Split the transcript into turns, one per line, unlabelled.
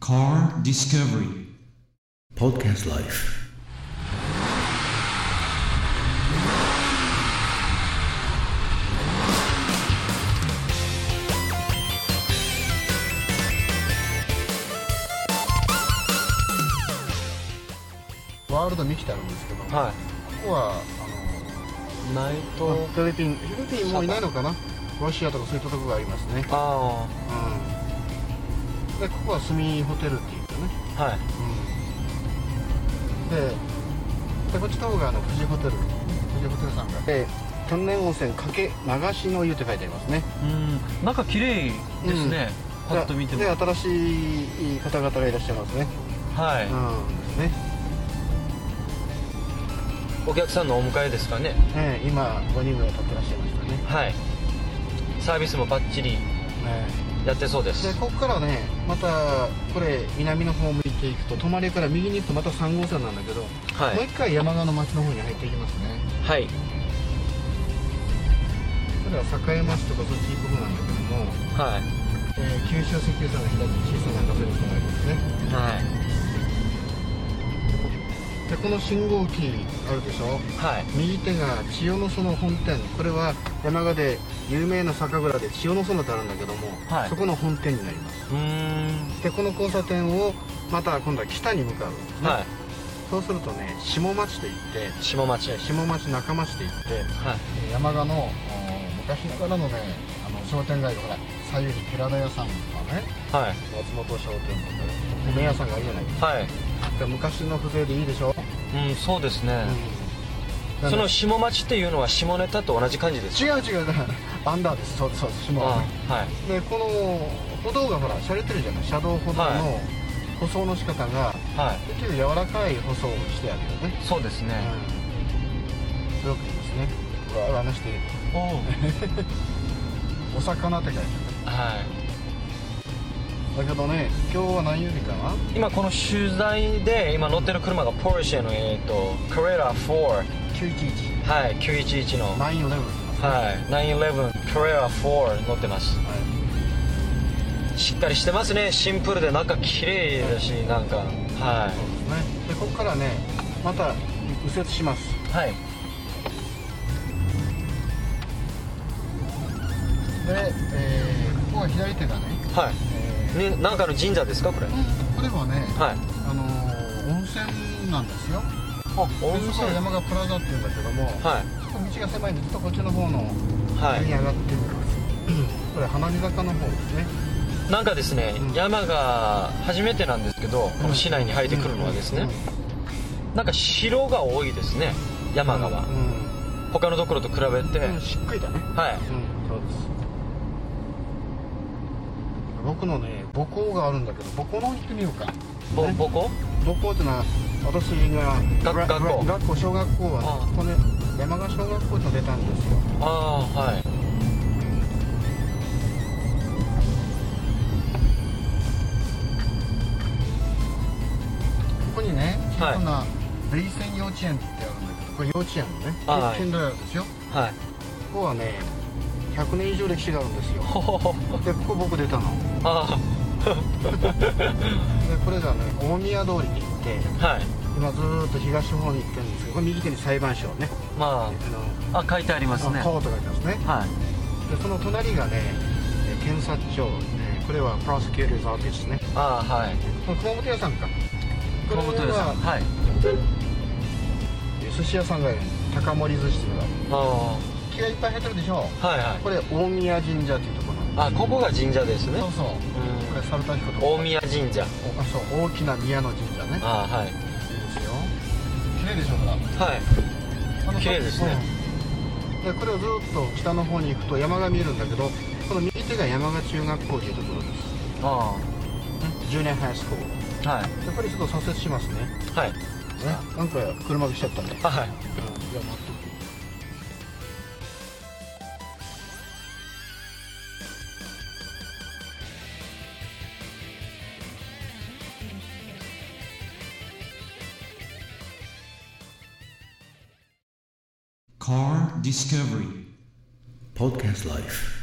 Car Discovery
Podcast Life.
ワールドミキタなんですけど、こ
は
こは、
い。ナ
あ
イ
の
ト。
フィリピン、フィリピンもういないのかな、ロシアとかそういったとこがありますね。
あ
うん、で、ここはスミホテルって言ってね、
あ。はい。
うん、でで、こっちの方があの富士ホテル、富士ホテルさんが、で天然温泉かけ流しの湯って書いてありますね。
うん。中綺麗ですね。パッと見ても
で。、新しい方々がいらっしゃいますね。
は
うん、ね、
い。お客さんのお迎えですかね。
ええ今5人ぐらい立ってらっしゃいましたね。
はい。サービスもバッチリ
ええ
やってそうで。
ですここからねまたこれ南の方向いていくと泊まりから右に行くとまた3号線なんだけど、
は
もう
い
一。回山側の町の方に入っていきますね
はい。
これは栄町とかそっち行く方なんだ
はい。
けども、えー九州石油さんが左に小さなガソリンスタンドがありますね
はい。
でこの信号機あるでしょ
はい。
右手が千代の園本店これは山側で有名な酒蔵で千代の園ってあるんだけども、
はい
そこの本店になります
うーん。
でこの交差点をまた今度は北に向かうんですね、
は
そうするとね下町といって
い。下町。
下町中町って言って
はい。
えー山鹿のおー昔ながらのねあの商店街がほら左右に寺田屋さんとかね
はい。
松本商店とか米屋さんがあるじゃないで
はい。
すか昔の風情でいいでしょ、
うん、そうです
う
ね。
ん
その下町っていうのは下ネタと同じ感じです。
違う 違うだからアンダーですそうですそうです下
ああ。はい。
でこの歩道がほらしゃれてるじゃない車道歩道の
は
舗装の仕方が
は
できる柔らかい舗装をしてあるよね
い。そうですね。
うんすごくいいですねうわあの人いる
おお。
お魚って書いてある
はい。
だけどね今日は何曜日かな
今この取材で今乗ってる車がポルシェのえっ、とカレラ4
911
はい911の
何曜日はい
はい911カレラ4乗ってますしっかりしてますねシンプルで中綺麗だしなんかは
そうですねでここからねまた右折します
いはい
で、えーここは左手がね、
は
え
い、ね、なんかの神社ですかこれはい
ーこれはね、
あ
あのー温泉なんですよ
温
で
泉
そこは山がプラザっていうんだけども、
は
そこ道が狭いんでずっとこっちの方の
いは
上に
い
上がってみます、 これ花見坂の方ですね
なんかですね、
うん
山が初めてなんですけどこの市内に入ってくるのはですね、
うんうん
なんか城が多いですね山がは、他のところと比べて、
うんうんしっくりだね
はい
うんそうです僕のね母校があるんだけど母校の方に行ってみようか
ぼ
ね
ぼこ
母校ってのは私が
学学校
学校小学校はね
ああ
ここね山賀小学校と出たんですよ
ああはい
ここにね
はい
小さなベイセン幼稚園ってあるんだけどこれ幼稚園のね
ああ
幼稚園だですよ
はい
ここはね100年以上歴史があるんですよ
ほほほ
でここ僕出たの
あ
でこれがね大宮通りに行って
あ はい
今ずーっと東の方に行ってるんですけどこれ右手に裁判所ね
ま
あの
ああ書いてありますね
あコートがありますね
はい
でその隣がねえー検察庁、えーこれはプロセキューターズオフィスね
ああはい
これ熊本屋さんか
熊本
これ
屋さ
は
んはい
寿司屋さんがある高森寿司っていうのがある
ああ
木がいっぱい入ってるでしょ
はいはい
これ大宮神社っていうところなんで
あここが神社です
す
ね
そうそうこれ猿田彦とか
大宮神社
おあそう大きな宮の神社ね
ああはい
いいですよ綺麗でしょほら
はい
あの
綺麗ですね
うんでこれをずっと北の方に行くと山が見えるんだけどこの右手が山賀中学校というところです
あ
10年ハイスクール
あはい
でこれちょっと左折しますね
はい
なんか車が来ちゃったね
あ
じゃあ
はい
待って
カーディスカバリー
Podcast Life.